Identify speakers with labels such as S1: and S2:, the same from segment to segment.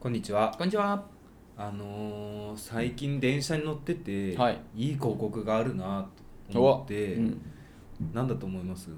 S1: こんにちは
S2: こんにちは。
S1: あのー最近電車に乗ってて、
S2: はい、
S1: い広告があるなと思って、
S2: うん
S1: なんだと思います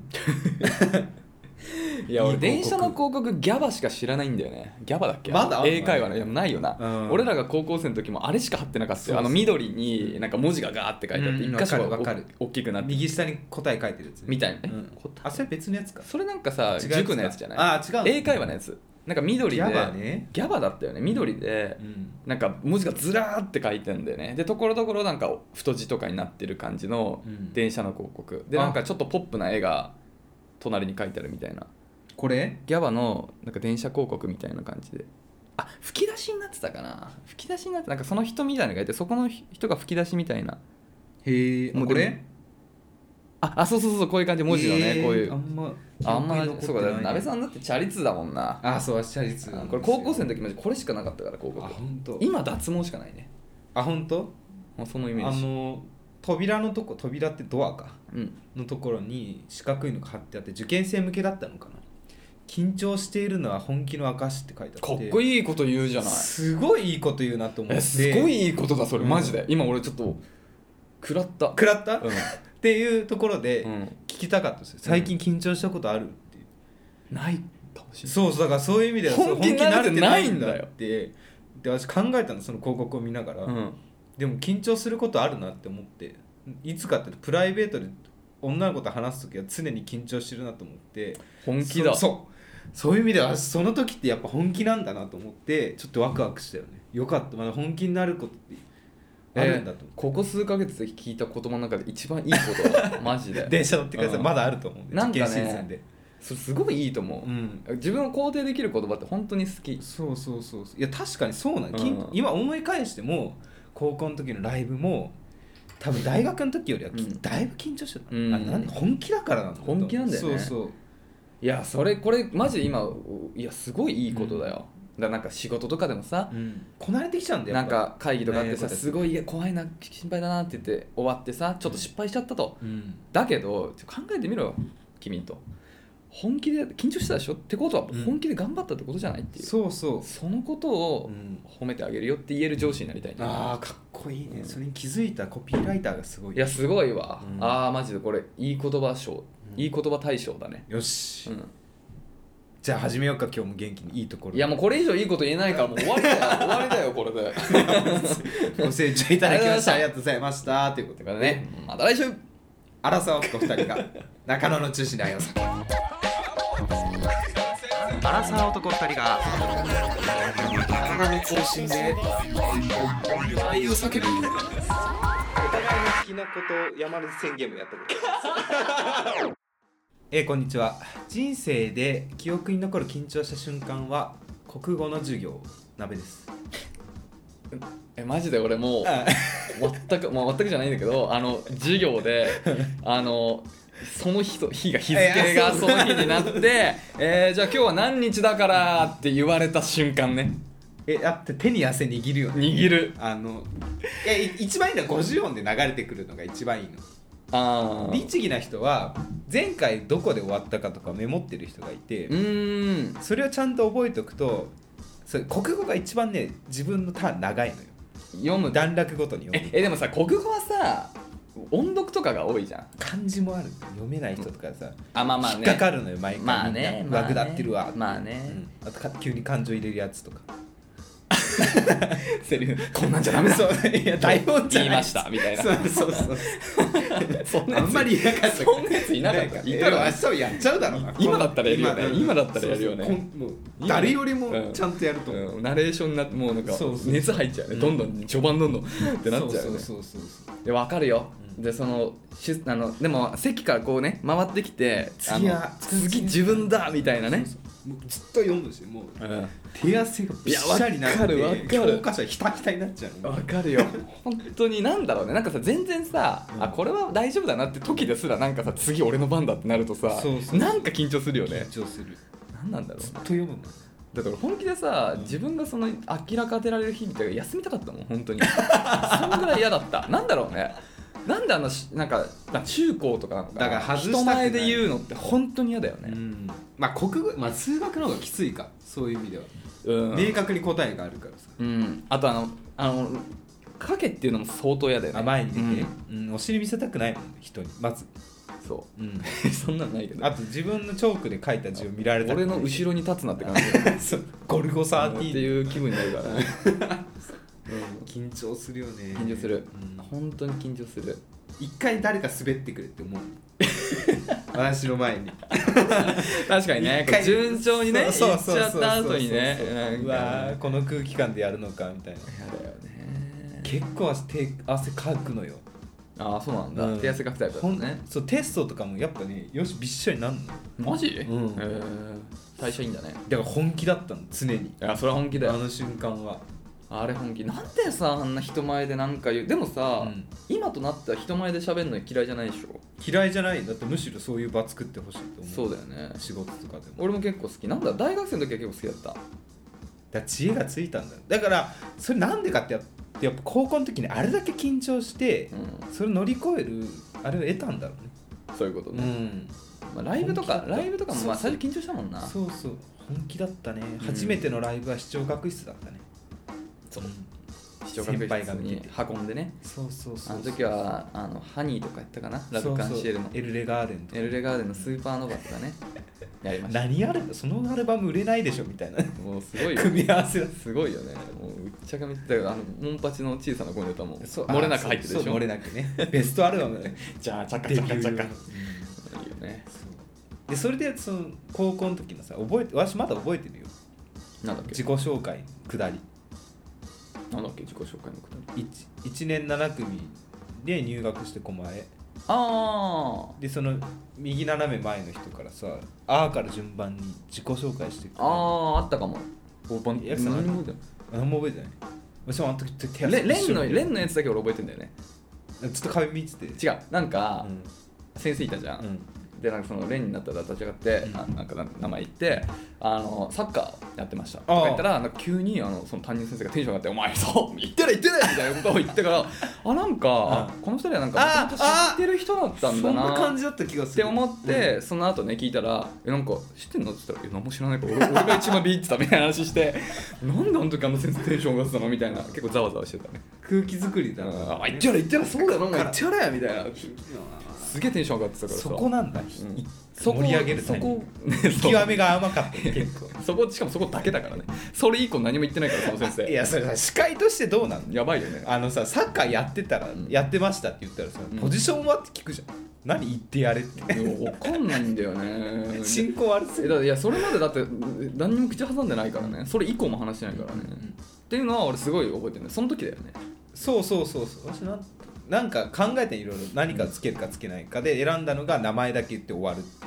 S2: いや
S1: いい広
S2: 俺
S1: 告
S2: 電車の広告ギャバしか知らないんだよねギャバだっけ
S1: まだ
S2: 英会話のいやないよな、
S1: うん
S2: 俺らが高校生の時もあれしか貼ってなかった
S1: そう
S2: よ
S1: そう
S2: あの緑になんか文字がガーって書いてあって
S1: うん
S2: 一箇所
S1: わ
S2: が
S1: かるわかる
S2: お大きくなって
S1: 右下に答え書いてるやつ
S2: みたいな、
S1: うん
S2: え答え
S1: あそれ別のやつか
S2: それなんかさ
S1: 違うやつか
S2: 塾のやつじゃない
S1: あ違うの
S2: 英会話のやつなんか緑で
S1: ギャバね
S2: ギャバだったよね緑で、
S1: うん
S2: なんか文字がずらーって書いてんだよねでところどころなんか太字とかになってる感じの
S1: うん
S2: 電車の広告、で
S1: あ
S2: なんかちょっとポップな絵が隣に書いてあるみたいな
S1: これ
S2: ギャバのなんか電車広告みたいな感じであ吹き出しになってたかな吹き出しになってなんかその人みたいなのがいてそこの人が吹き出しみたいな
S1: へえ
S2: もう
S1: これ
S2: ああそうそうそうこういう感じ文字のね、
S1: へー
S2: こうい
S1: あ
S2: うん
S1: ま
S2: あんま
S1: 記憶に
S2: そう
S1: 残って
S2: か
S1: ない
S2: なべさんだってチャリ通だもんな
S1: あそうシャリツ
S2: これ高校生の
S1: 時
S2: 時マジこれしかなかったから広
S1: あ
S2: 告
S1: 本当
S2: 今脱毛しかないね
S1: あ本当
S2: もうそのイ
S1: あ
S2: メージ
S1: の扉のとこ扉ってドアか
S2: うん
S1: のところに四角いのが貼ってあって受験生向けだったのかな緊張しているのは本気の証って書いてあ
S2: か
S1: っ
S2: ってこ
S1: いい
S2: いいこと言うじゃない
S1: すごいいいこと言うなと思って
S2: えすご
S1: い
S2: いいいことだそれ
S1: うん
S2: マジで今俺ちょっと食らった
S1: 食らった、
S2: う
S1: っ
S2: ん
S1: ていうところで
S2: うん
S1: 聞きたかったですよ最近緊張したことあるっていう、
S2: ないかもしれない
S1: そうそうだからそういう意味ではそう
S2: 本気になれてない
S1: 本気に
S2: んだよ
S1: なれてないんだってで私考えたのその広告を見ながら、
S2: うん
S1: でも緊張することあるなって思っていつかっていうとプライベートで女の子と話す時は常に緊張してるなと思って
S2: 本気だ
S1: そ そうそういう意味ではその時ってやっぱ本気なんだなと思ってちょっとワクワクしたよねよかったまだ本気になることってあるんだと
S2: え
S1: 思
S2: ーここ数ヶ月で聞いた言葉の中で一番いいこと だマジ
S1: って、
S2: で
S1: 電車乗ってください、
S2: うん
S1: まだあると思うんで
S2: なんかね
S1: 受験シーズンで、
S2: それすごいいいと思
S1: う
S2: う、
S1: ん、
S2: 自分を肯定できる言葉って本当に好き
S1: そうそうそうそういや確かにそうなん、緊
S2: うん
S1: 今思い返しても高校の時のライブも多分大学の時よりはき、
S2: うん
S1: だいぶ緊張してた、
S2: うん
S1: あなんで本気だからなんだと思う
S2: 本気なんだよね
S1: そうそう
S2: いやそれこれマジで今いやすごいいいことだよ、だからなんか仕事とかでもさ、
S1: こなれてきちゃうんだよ
S2: な
S1: や
S2: ん
S1: っぱ
S2: か会議とかあっ
S1: 悩
S2: て
S1: み
S2: さ
S1: 事です
S2: すごいいや怖いな心配だなって言って終わってさちょっと失敗しちゃったと、
S1: うん
S2: だけどちょ考えてみろよ君と本気で緊張したでしょってことは
S1: うん
S2: 本気で頑張ったってことじゃないっていう、
S1: そうそう、
S2: そのことを
S1: うん
S2: 褒めてあげるよって言える上司になりたいな
S1: ああかっこいいね、
S2: うん
S1: それに気づいたコピーライターがすごい
S2: いやすごいわ、
S1: うん
S2: ああマジでこれいい言葉賞、
S1: うん
S2: いい言葉大賞だね、
S1: よし、
S2: うん
S1: じゃあ始めようか今日も元気にいいところ
S2: いやもうこれ以上いいこと言えないからもう終わりだよ終わりだよこ れで
S1: ご清聴いただきましたあ
S2: あ
S1: りが
S2: り
S1: とうございましたということ
S2: だか
S1: で
S2: らねまた来週
S1: 荒沢夫婦2人が中野の中心で会います荒沢男2人が中野の中心で愛を叫ぶお互いの好きなことを山根宣言もやったこと えーこんにちは人生で記憶に残る緊張した瞬間は国語の授業鍋です
S2: えマジで俺もう
S1: あ
S2: 全く、まあ、全くじゃないんだけどあの授業 であのその日と日が日付
S1: いや
S2: が
S1: そ
S2: そうの日になって、えーじゃあ今日は何日だからって言われた瞬間ね
S1: えだって手に汗握るよね
S2: 握る
S1: あのいやい一番いいのは50音で流れてくるのが一番いいの
S2: あー
S1: 律儀な人は前回どこで終わったかとかメモってる人がいて
S2: うーん
S1: それをちゃんと覚えておくとそれ国語が一番ね自分のターン長いのよ
S2: 読む
S1: 段落ごとに読
S2: え
S1: む
S2: えでもさ国語はさ音読とかが多いじゃん
S1: 漢字もある読めない人とかさ、
S2: あまあまあ
S1: 引っ
S2: ね
S1: かかるのよ毎回
S2: まあね
S1: みんな
S2: まあ
S1: わぐ
S2: ね
S1: だってるわ
S2: まあね
S1: うんあとか急に感情入れるやつとか
S2: セリフこんなんじゃダメだ
S1: そういや台本じゃない
S2: 言いましたみたいな
S1: そうそうそう
S2: そんな
S1: あ
S2: やつ
S1: んまりいなかった
S2: そんなやついなかった
S1: い
S2: い
S1: た
S2: た
S1: ら
S2: ら
S1: 明日やっちゃうだろうな
S2: 今だったらやるよね
S1: うん
S2: 今だったらやるよね
S1: そうそうこんもう誰よりも
S2: うん
S1: ちゃんとやると思う
S2: うんナレーションになってもうなんか
S1: そうそう
S2: 熱入っちゃうねどんどん序盤どんどんってなっちゃう
S1: そうそう
S2: よね
S1: そうそう
S2: でわかるよ
S1: う
S2: でそのしゅあのでも席からこうね回ってきてあ
S1: 次
S2: の
S1: は
S2: 次自分だみたいなね
S1: そうそうもうずっと読むしもう
S2: うん
S1: 手汗がびっしゃりになって
S2: いやわかるわかる
S1: 教科書ひたひたになっちゃうの
S2: わかるよ本当になんだろうねなんかさ全然さ、
S1: うん
S2: あこれは大丈夫だなって時ですらなんかさ次俺の番だってなるとさ
S1: そうそう
S2: なんか緊張するよね
S1: 緊張する
S2: なんなんだろう
S1: ずっと読むもん
S2: だから本気でさ、自分がその明らか当てられる日みたいな休みたかったもん 本当にそんぐらい嫌だったなんだろうねなんであのしなんかなんか中高とかなのかな
S1: だから外したくない
S2: 人前で言うのって本当に嫌だよね、
S1: うんまあ国語、まあ、数学の方がきついかそういう意味では、
S2: うん
S1: 明確に答えがあるからさ
S2: うん、あとあのあのかけっていうのも相当嫌だよね
S1: 甘いに出て、うんお尻見せたくないもん人にまず、
S2: そ
S1: うん、
S2: う そんなのないけど
S1: あと自分のチョークで書いた字を見られたくな
S2: 俺
S1: い
S2: の後ろに立つなって感 じ
S1: そうゴルゴ
S2: っ
S1: 13
S2: ていう気分になるからね、
S1: 緊張するよね
S2: 緊張する
S1: うん
S2: 本当に緊張する
S1: 一回誰か滑ってくれって 思う私の前に
S2: 確かにね
S1: 一回
S2: こう順調にね行っち
S1: そう
S2: ゃ
S1: そうそう
S2: っ
S1: そう
S2: た後にね
S1: そうそうそう
S2: なん
S1: う
S2: か
S1: わーこの空気感でやるのかみたいな
S2: 嫌だよね
S1: 結構汗手汗かくのよ
S2: ああそうなんだ、
S1: うん
S2: 手汗かくタイプだ
S1: ほ
S2: っ
S1: ん
S2: たね
S1: そうテストとかもやっぱねよしびっしょりなんの
S2: マジ、
S1: うん
S2: えー、代謝いいんだね
S1: だから本気だったの常に
S2: いやそれは本気だ
S1: あ
S2: よ
S1: の瞬間は
S2: あれ本気なんでさあんな人前でなんか言うでもさ、
S1: うん
S2: 今となっては人前で喋るの嫌いじゃないでしょ
S1: 嫌いじゃないだってむしろそういう場作ってほしいと思う
S2: そうだよね
S1: 仕事とかでも
S2: 俺も結構好きなんだ大学生の時は結構好きだった
S1: だから知恵がついたんだよだからそれなんでかってやってやっぱ高校の時にあれだけ緊張して
S2: うん
S1: それを乗り越えるあれを得たんだろ
S2: そういうこと
S1: うね
S2: ね、まあ、ライブとか
S1: 本気だった
S2: ライブとかもまあ
S1: そ
S2: 最
S1: うそう
S2: 初緊張したもんな
S1: そうそう本気だったね、
S2: うん
S1: 初めてのライブは視聴覚室だったね
S2: そうん視聴覚
S1: 先輩
S2: 室
S1: が見て
S2: に
S1: て
S2: 運んでね
S1: そうそう
S2: あ
S1: そう
S2: の時はあのハニーとかやったかなラブカンシエルの
S1: そうそうエルレガーデンとか
S2: エルレガーデンのスーパーノバ とかねやりました
S1: 何あるんだそのアルバム売れないでしょみたいな
S2: もうすごいよ
S1: 組み合わせだ
S2: すごいよねもううっちゃかめっちゃだからあのモンパチの小さな子の歌も
S1: そう
S2: 漏れなく入って
S1: あ
S2: るでし
S1: そう
S2: ょ
S1: そう漏れなくねベストアルバムだね
S2: じゃあチャ
S1: デビュー
S2: カ
S1: うん
S2: いいよね
S1: そうでそれでその高校の時のさ覚えて私まだ覚えてるよ
S2: なんだっけ
S1: 自己紹介下り
S2: なんだっけ自己紹介のくだり
S1: 1, 1年7組で入学して狛江
S2: あ
S1: でその右斜め前の人からさ「あ」から順番に自己紹介してく
S2: あああああったかもおばん
S1: いやその
S2: 何も覚
S1: 何も覚えてない私もあの時手
S2: えてないレレンのレ
S1: ン
S2: ンのやつだけ俺覚えてんだよね
S1: ずっと壁見てて
S2: 違うなんか、
S1: うん
S2: 先生いたじゃん、
S1: うん
S2: でなんかそのレンになったら立ち上がって、
S1: うん
S2: あなんかな名前言ってあのサッカーやってましたと
S1: あ
S2: か
S1: あ
S2: 言ったらなんか急にあのその担任の先生がテンション上がって「お前そう言ってない言ってない」みたいなことを言ってからあなんか、
S1: う
S2: この二人はなん
S1: あ
S2: かもともと知ってる人だったんだな
S1: そんな感じだった気がする
S2: って思って、その後ね聞いたら「えなんか知ってんの?」って言ったら「いや何も知らないから俺俺が一番ビビってた」みたいな話して「なんであの時あの先生テンション上がってたの?」みたいな結構ざわざわしてたね
S1: 空気作り
S2: 「あ
S1: だな
S2: あ言ってやれ言ってやれそうだよなお前言ってやれ」みたいなすげえテンション上がってたからさ
S1: そこなんだ、
S2: うん
S1: い
S2: そこ
S1: 盛り上げる
S2: そ
S1: タイミン
S2: こ
S1: グ
S2: ね
S1: 見
S2: そう
S1: 極めが甘かった結構
S2: そこしかもそこだけだからねそれ以降何も言ってないからその先生
S1: いやそれさ司会としてどうなの
S2: やばいよね
S1: あのさサッカーやってたら、
S2: ん
S1: やってましたって言ったらさ、
S2: ん
S1: ポジションはって聞くじゃん何言ってやれって
S2: いやわかんないんだよ ね
S1: 進行悪すぎ
S2: えだからいやそれまでだって何にも口挟んでないからねそれ以降も話してないからね、
S1: ん
S2: っていうのは俺すごい覚えてるねその時だよね
S1: そうそうそうそう私なんなんか考えていろいろ何かつけるかつけないかで選んだのが名前だけ言って終わるって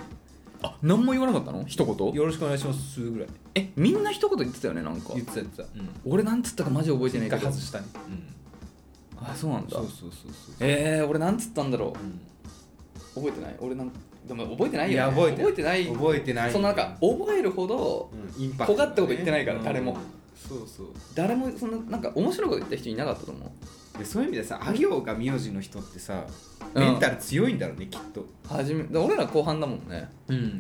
S2: あ何も言わなかったの一
S1: いう
S2: 言
S1: よろしくお願いしますぐらい
S2: えみんな一言言ってたよねなんか
S1: 言ってたやつだ、うん、
S2: 俺なんつったかマジ覚えてな
S1: 一
S2: いけ
S1: 回
S2: ど
S1: 外したね、
S2: あそうな
S1: うんん、
S2: だ
S1: そうそうそうそう
S2: えー、俺なんつったんだろ
S1: うん
S2: う覚えてない俺なんでも覚えてないよ、ね、
S1: いや覚えて
S2: ない
S1: 覚えてない
S2: そのなんか覚えるほど
S1: うんインパ
S2: 尖ったこと言ってないから誰も
S1: そうそう
S2: 誰もそんななんか面白いこと言った人いなかったと思う
S1: でそういう意味でさあ行が名字の人ってさ
S2: うん
S1: メンタル強いんだろうね、きっと、
S2: 初めだから俺ら後半だもんね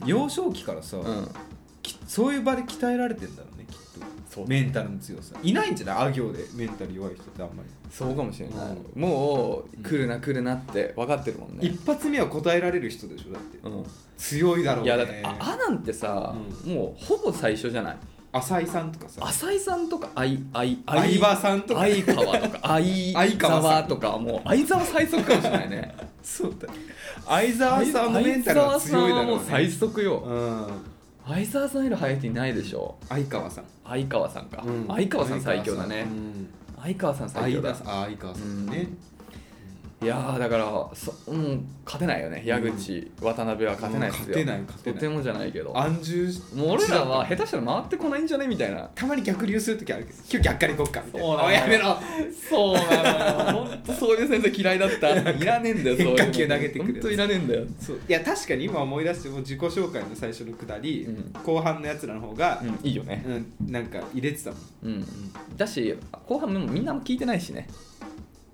S1: 幼少期からさ、
S2: うん
S1: きそういう場で鍛えられてんだろうねきっ
S2: そ
S1: と
S2: う
S1: メンタルの強さいないんじゃないあ行でメンタル弱い人ってあんまり、
S2: そうかもしれない、
S1: う
S2: もう来るな来るなって分かってるもんね、
S1: 一発目は答えられる人でしょだって
S2: うん
S1: 強いだろう
S2: い
S1: ね
S2: やだってあ「あ」なんてさ、
S1: うん
S2: もうほぼ最初じゃない
S1: 浅井さんとかさ
S2: 浅井さんとかあいあいあい
S1: 相葉さんとか
S2: 相 川とか相
S1: 相川さ
S2: 沢
S1: ん
S2: とかもう相沢最速かもしれないね
S1: そうだよ 相沢さんのメンタルは強いだろ
S2: 相沢さんはも
S1: う
S2: う最
S1: ね
S2: 速よ、
S1: うん
S2: 相沢さんより速い人いないでしょ
S1: 相川さん、
S2: 相川さんか、
S1: うん
S2: 相川さん最強だね
S1: うん
S2: 相川さん最強
S1: 相
S2: だ
S1: 田さんあ相川さんね、
S2: いやーだからそもう勝てないよね矢口、渡辺は勝てないですよ
S1: うん勝てない勝てない
S2: とてもじゃないけども
S1: 安住
S2: う俺らは下手したら回ってこないんじゃねみたいな
S1: たまに逆流する時あるけど今日逆から行こっかみたいな
S2: そうなの
S1: おいやめろ
S2: そうなのよ本当そういう先生嫌いだったいらねえんだよそういうの
S1: 変化球投げてくるやつ
S2: 本当いらねえんだよ
S1: そういや確かに今思い出しても自己紹介の最初のくだり、
S2: うん
S1: 後半のやつらの方が
S2: う、んいいよね
S1: うんなんか入れてたもん
S2: うんだし後半もみんなも聞いてないしね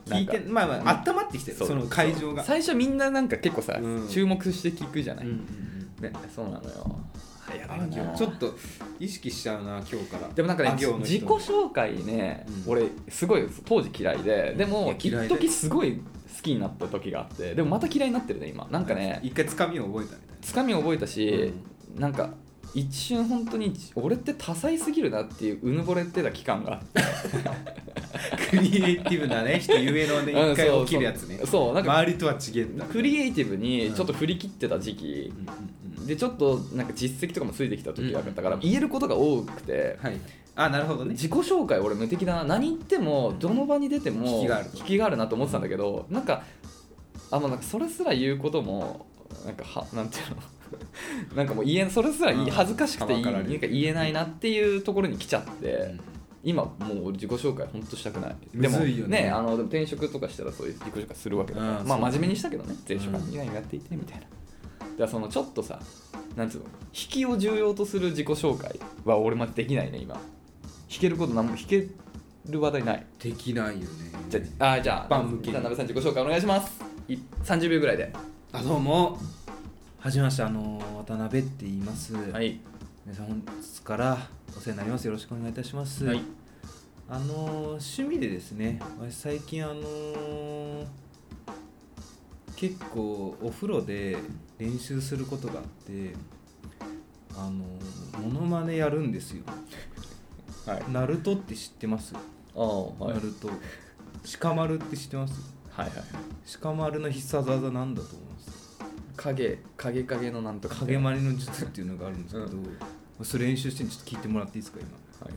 S1: 聞いて
S2: なんか
S1: まあまあ
S2: う
S1: 温まってきてる、
S2: う
S1: その会場が
S2: そう最初みんななんか結構さ、
S1: うん
S2: 注目して聞くじゃない、
S1: うんうんうん
S2: ねそうなのよあ
S3: ーやだ
S1: あ
S3: な今
S1: 行
S3: 日
S1: ちょっと意識しちゃうな今日から
S2: でもなんか
S1: あ
S2: ね
S1: 行の人
S2: 自己紹介ね、
S1: うん
S2: 俺すごい当時嫌いででも
S1: い
S2: 一
S1: や嫌いで
S2: 時すごい好きになった時があってでもまた嫌いになってるね今なんかね
S1: 一回つかみを覚えたみたい
S2: つかみ覚えたし、なんか一瞬本当に俺って多彩すぎるなっていううぬぼれてた期間があって
S1: なクリエイティブなね人ゆえのね
S2: うん
S1: 一回
S2: そう
S1: 起きるやつね
S2: そうそうなんか
S1: 周りとは違えんだ
S2: クリエイティブにちょっと振り切ってた時期
S1: うん、うんうん
S2: でちょっとなんか実績とかもついてきた時があったから、
S1: うん
S2: 言えることが多くて、
S1: はいあなるほどね
S2: 自己紹介俺無敵だな何言ってもどの場に出ても
S1: 引きがあると
S2: 引きがあるなと思ってたんだけどなんかあもうなんかそれすら言うこともなんかはなんていうの なんかもう言えそれすら言
S1: う
S2: い
S1: ん
S2: 恥ずかしくて言い
S1: わ
S2: な
S1: か
S2: ん
S1: る
S2: か言えないなっていうところに来ちゃって、
S1: うん
S2: 今もう俺自己紹介ほんとしたくない
S1: むずい
S2: で
S1: よ
S2: も
S1: ね
S2: ねあのでも転職とかしたらそういう自己紹介するわけだから、
S1: うん
S2: まあ
S1: そう
S2: 真面目にしたけどね前
S1: う
S2: 職
S1: ん
S2: 以外にやっていてみたいな、だからそのちょっとさなんつうの引きを重要とする自己紹介は俺までできないね今引けることなんも引ける話題ない
S1: できないよね
S2: じゃああーじゃあ
S1: 一般向けに
S2: じゃあ鍋さん自己紹介お願いしますい30秒ぐらいで
S1: あどうもはじめましてあの渡辺って言います、
S2: い
S1: 皆さん本日からお世話になりますよろしくお願いいたします、
S2: はい
S1: あの趣味でですね私最近あの結構お風呂で練習することがあってあのモノマネやるんですよ
S2: はい
S1: ナルトって知ってます、
S2: あーはい
S1: ナルト鹿丸って知ってます
S2: はいはい
S1: 鹿丸の必殺技なんだと思います
S2: 影影影のなんとか
S1: 影
S2: はい
S1: まりの術っていうのがあるんですけど、それ練習してちょっと聞いてもらっていいですか今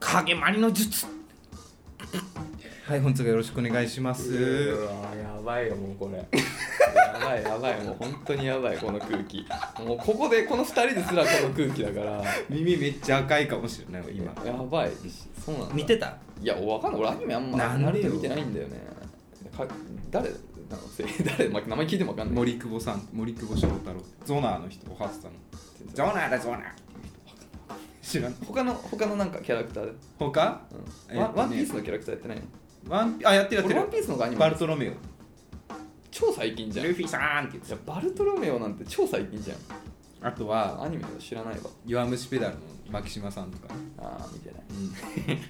S1: 影まりの術はい本日がよろしくお願いします
S2: うわやばいよもうこれやばいやばいもう本当にやばいこの空気もうここでこの2人ですらこの空気だから
S1: 耳めっちゃ赤いかもしれないわ今
S2: やばいそうなんだ
S1: 似てた
S2: いやわかんない俺アニメあんま
S1: なんでよ
S2: ナルト見てないんだよねか誰なのせ 誰、ま、名前聞いてもわかんない
S1: 森久保さん森久保翔太郎ゾナーの人おはつさんのゾナーだゾナー知らん
S2: 他の他のなんかキャラクターで、
S1: 他
S2: うん
S1: えっとね
S2: ワンワンピースのキャラクターやってないの
S1: ワンピあやってるやっ
S2: 俺ワン
S1: て
S2: ピースの方がアニ
S1: る
S2: メ
S1: バルトロメオ
S2: 超最近じゃんい
S1: ルフィさんって言って
S2: やバルトロメオなんて超最近じゃん
S1: たあとは
S2: アニメは知らないわ
S1: 弱虫ペダルの牧島さんとかね、
S2: ああ見てない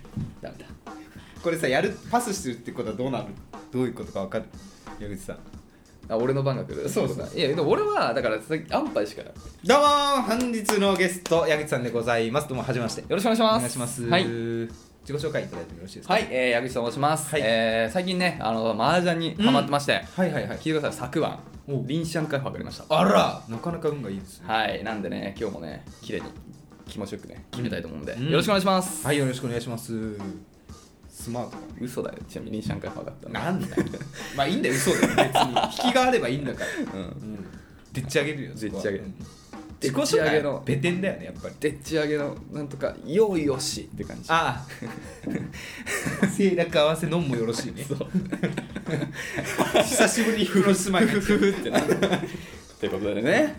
S2: ダメだ
S1: これさやるパスしてるってことはどうなるどういうことか分かる矢口さん
S2: あ俺の番が来る
S1: そうそう
S2: いやでも俺はだからさっき安牌しかよ
S1: どうもー本日のゲスト矢口さんでございますどうもはじめまして
S2: ろしくお願いし
S1: お
S2: ます
S1: 願いします
S2: はい、
S1: 自己紹介いただいてもよろしいですか
S2: はいえー、矢口と申します、
S1: はい
S2: えー最近ねあの麻雀にハマってまして、
S1: はいはいはい
S2: 聞いてください昨晩
S1: おう
S2: 臨シャン開放上がりました
S1: あらなかなか運がいいですね
S2: はいなんでね今日もね綺麗に気持ちよくね決めたいと思うんで、
S1: うん
S2: よろしくお願いします、
S1: はいよろしくお願いしますスマート
S2: 嘘だよちなみに臨シャン開放上がった
S1: だ
S2: の
S1: なんだ よまあいいんだよ嘘だよ別 に引きがあればいいんだから
S2: うん
S1: うんでっち上げるよそこは
S2: でっち上げ
S1: うん
S2: でっ
S1: 自己
S2: ち上
S1: 紹
S2: げ
S1: 介
S2: の
S1: のベテンだよねやっぱり
S2: でっち上げのなんとかよいよしって感じ
S1: あ あ清楽合わせのんもよろしいね
S2: そう
S1: 久しぶりに風呂住まいになっちゃう
S2: ってな ってことでね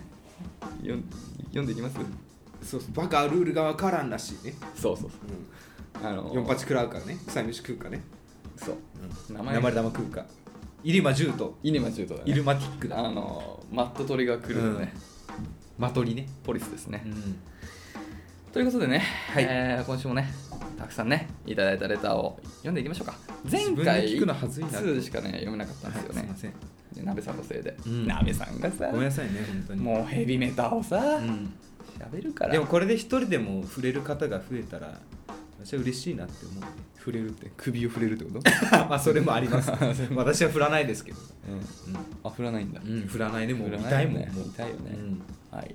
S2: よん読んでいきます
S1: そうそうバカはルールがわからんらしいね、
S2: そうそうそうあの
S1: 四八食らうかね臭い飯食うかね
S2: そう、名前
S1: 鉛玉食うかイリマジュート
S2: イネマ中途だね
S1: イルマティック
S2: あ
S1: だ
S2: のマットトリが来るのね、
S1: マトリね、
S2: ポリスですね、
S1: ん、
S2: ということでね、
S1: はい
S2: えー今週もねたくさんねいただいたレターを読んでいきましょうか前
S1: 自分で
S2: 回
S1: 聞くのはずいな
S2: 通しかね読めなかったんですよ
S1: すい
S2: ね
S1: ま、せん
S2: で鍋さんのせいで、
S1: うん
S2: 鍋さんがさ
S1: ごめんなさいね本当に
S2: もうヘビメタをさ
S1: う、ん、
S2: 喋るから
S1: でもこれで一人でも触れる方が増えたら私は嬉しいなって思うね
S2: 触れるって首を触れるってこと、
S1: まあそれもあります私は振らないですけど、
S2: あ振らないんだ、
S1: うん振らないねもう
S2: 振ら
S1: 痛
S2: ないよ
S1: もん
S2: ね
S1: もう
S2: 痛いよね、
S1: うん
S2: はい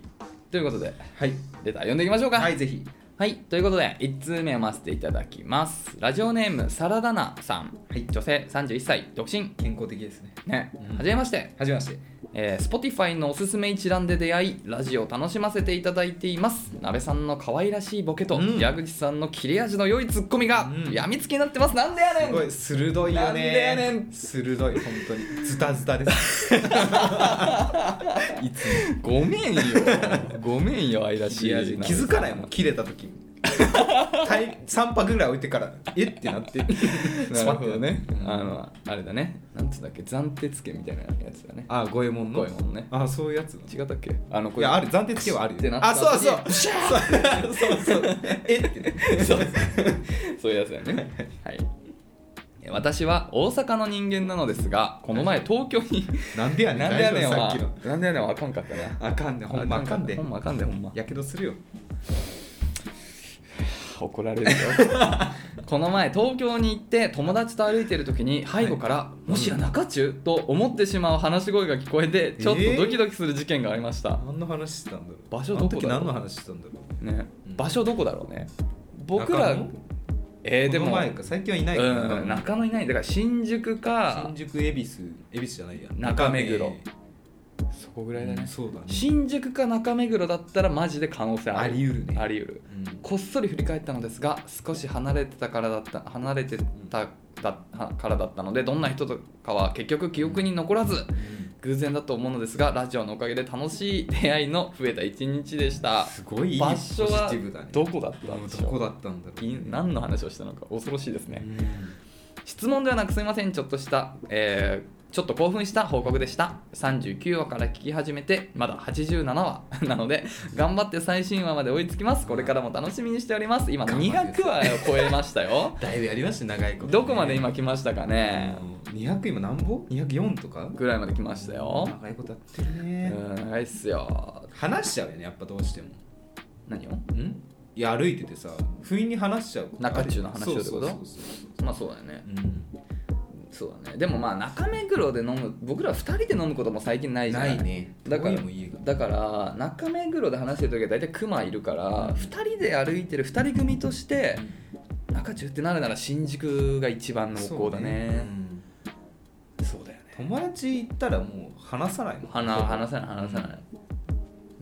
S2: ということで
S1: はい
S2: レター読んでいきましょうか
S1: はいぜひ
S2: はい、ということで1通目読ませていただきますラジオネームサラダナさん、はい、女性31歳独身
S1: 健康的ですね
S2: ね
S1: うん
S2: はじめまして、
S1: はじめまして
S2: えー、Spotify のおすすめ一覧で出会いラジオを楽しませていただいていますなべさんの可愛らしいボケと、
S1: うん
S2: 矢口さんの切れ味の良いツッコミが、
S1: うん
S2: やみつきになってますなんでやね
S1: すご
S2: ん
S1: い鋭いよね
S2: なんでやねん
S1: 鋭い本当にズタズタですいつも
S2: ごめんよごめんよ愛ら
S1: 切れ味気づかないもん切れた時3泊ぐらい置いてからえってなって
S2: なるほどね
S1: う。ん
S2: あの、あれだね。なんつうんだっけ、暫定付けみたいなやつだね。
S1: あ五右衛門の
S2: 五右衛門ね
S1: あそういうやつなの
S2: 違ったっけあの、こ
S1: いやある暫定付けはある
S2: って
S1: よ
S2: なった
S1: あそうそう
S2: 後
S1: そうそうそうえってね
S2: そうそういうやつだよね。はい。え私は大阪の人間なのですが、この前東京 に。
S1: なんでやねん
S2: なんでやね
S1: 大
S2: ん
S1: 丈夫
S2: は
S1: さっきの。
S2: なんでやねんはあかんかったな。
S1: あかんねほんまあかんで
S2: ほんまあかんで、ほんま。
S1: やけどするよ
S2: 怒られ るよこの前東京に行って友達と歩いてる時に背後から「もしや中中?」と思ってしまう話し声が聞こえてちょっとドキドキする事件がありました、
S1: 何の話してたんだろう
S2: 場所どこだろう
S1: あの時何の話してたんだろう
S2: ね
S1: うん
S2: 場所どこだろうね僕ら
S1: 中野
S2: えー、で
S1: この
S2: も
S1: 前か最近はいないから
S2: うん中野いないだから新宿か
S1: 新宿恵比寿恵比寿じゃないや
S2: 中目黒そこぐ
S1: 中
S2: らいだ
S1: 目
S2: ね、
S1: うんそうだね
S2: 新宿か中目黒だったらマジで可能性ある
S1: あり得るね
S2: あり得る
S1: うん
S2: こっそり振り返ったのですが少し離れてたからだった離れてただはからだったのでどんな人とかは結局記憶に残らず偶然だと思うのですがラジオのおかげで楽しい出会いの増えた一日でした
S1: すごいいい
S2: 場所
S1: ポ
S2: は
S1: ジティブだね
S2: どこだったんでし
S1: ど
S2: ょ
S1: こ
S2: う
S1: だったんだろう
S2: い何の話をしたのか恐ろしいです
S1: う
S2: ね
S1: ん
S2: 質問ではなくすみませんちょっとした、えーちょっと興奮した報告でした39話から聞き始めてまだ87話 なので頑張って最新話まで追いつきますこれからも楽しみにしております今
S1: 頑張ってく
S2: 200話を超えましたよ
S1: だいぶやりましたね長いことね
S2: どこまで今来ましたかね
S1: うん200今何本 ?204 とか
S2: ぐらいまで来ましたよ
S1: 長いことやってる
S2: う
S1: ね
S2: ん長いっすよ
S1: 話しちゃうよねやっぱどうしても
S2: 何を
S1: んいや歩いててさ不意に話しちゃうことある
S2: 中中の話をってこと
S1: そうそうそうそう
S2: まあそうだよね
S1: うん
S2: そうだねでもまあ中目黒で飲む僕ら2人で飲むことも最近ないじゃ
S1: ないね
S2: だから
S1: 遠いもん家が
S2: だから中目黒で話してる時は大体クマいるから2人で歩いてる2人組として中中ってなるなら新宿が一番濃厚だねそうだよね
S1: うん友達行ったらもう話さないもん
S2: 話話せない話せない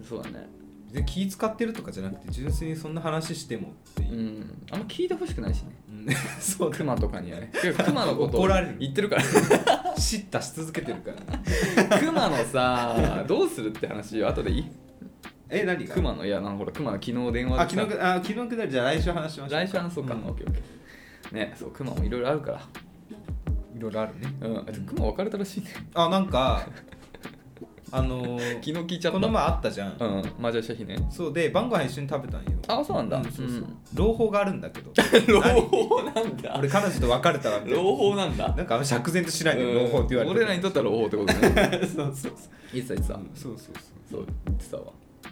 S2: そうだね
S1: 別に気使ってるとかじゃなくて純粋にそんな話してもっていうう、
S2: んあんま聞いてほしくないしね
S1: うん そう
S2: クマとかにはねてかクマのこと
S1: 怒られる
S2: 言ってるから
S1: 叱咤し続けてるからね
S2: クマのさどうするって話よ後でいい
S1: え何が
S2: クマのいやなんかほらクマの昨日電
S1: あ
S2: 話で
S1: 昨
S2: さ
S1: 日くあ昨日くだりじゃあ来週話しましょう
S2: 来週話そうか、
S1: うん
S2: オッケーオッケーねそうクマもいろいろあるから
S1: いろいろあるね
S2: うんクマ別れたらしいね
S1: あなん かあのー
S2: 昨日聞いちゃった
S1: この前あったじゃん、
S2: うんマージャンした日ね
S1: そうで晩ご飯一緒に食べたんよ
S2: あそうなんだ
S1: そうそう、
S2: うん
S1: 朗報があるんだけど
S2: 朗報なんだ
S1: 俺彼女と別れたわけ
S2: 朗報なんだ
S1: なんかあんま釈然としないで朗報って言われて
S2: 俺らにとったら朗報ってこ とね
S1: そうそうそう
S2: 言ってた言ってた、
S1: そうそう
S2: そう言ってたわ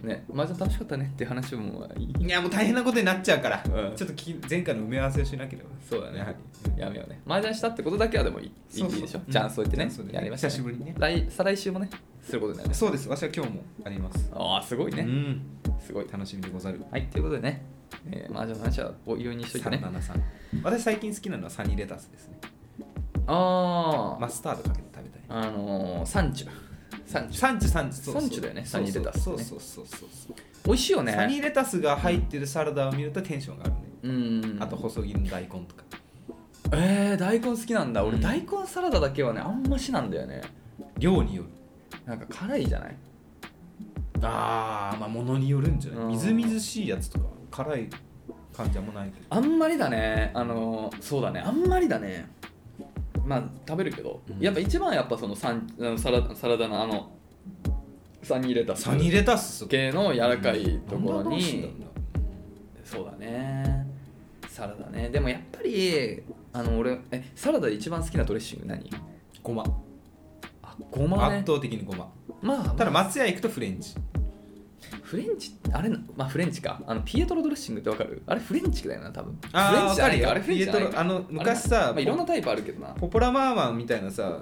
S2: ねマージャン楽しかったねっていう話もいい
S1: そういやもう大変なことになっちゃうから、
S2: うん
S1: ちょっとき前回の埋め合わせをしなければ
S2: そうだね
S1: やは
S2: やめようねマージャンしたってことだけはでもいいいい
S1: そうそう
S2: でしょ
S1: うん
S2: チャンスを言ってね
S1: チャンスをね
S2: やりました、ね、
S1: 久しぶりにね
S2: 来再来週もねすることになり
S1: り
S2: ます
S1: そうです私は今日もあります
S2: ああすごいね、
S1: うん
S2: すごい
S1: 楽しみでござる
S2: はいということでね、えー、マージャンの話はおいおいにしといてね
S1: 373私最近好きなのはサニーレタスですね
S2: ああ、
S1: マスタードかけて食べたい
S2: あのー、サンチュサンチュ
S1: サンチュサンチュそうそう
S2: サンチュだよねサニーレタスね
S1: そうそうそうそうそう
S2: 美味しいよね
S1: サニーレタスが入ってるサラダを見るとテンションが上がるね、
S2: うん
S1: あと細切りの大根とか
S2: えー、大根好きなんだ
S1: う
S2: 俺
S1: ん
S2: 大根サラダだけはねあんましなんだよね
S1: 量による
S2: なんか辛いじゃない
S1: あーまあものによるんじゃない、
S2: うん
S1: みずみずしいやつとか辛い感じはもないけど
S2: あんまりだねあのーそうだねあんまりだねまあ食べるけど、
S1: うん
S2: やっぱ一番やっぱそのサンあのサラサラダのあのサニーレタス
S1: サニーレタス
S2: 系の柔らかいところ
S1: なんで美味しいんだろ
S2: にそうだねサラダねでもやっぱりあの俺えサラダで一番好きなドレッシング
S1: う
S2: 何
S1: なご
S2: あご
S1: ま
S2: まね
S1: 圧倒的にごま
S2: まあ
S1: ただ松屋行くとフレンチ
S2: フレンチあれなまあフレンチかあのピエトロドレッシングってわかるあれフレンチだよな多分
S1: あー
S2: フレンチじゃな
S1: わかる
S2: い
S1: よ
S2: かあれフレンチじゃない
S1: ピエトロあの昔さ
S2: あれまあ、いろんなタイプあるけどな
S1: ポポラマーマンみたいなさ、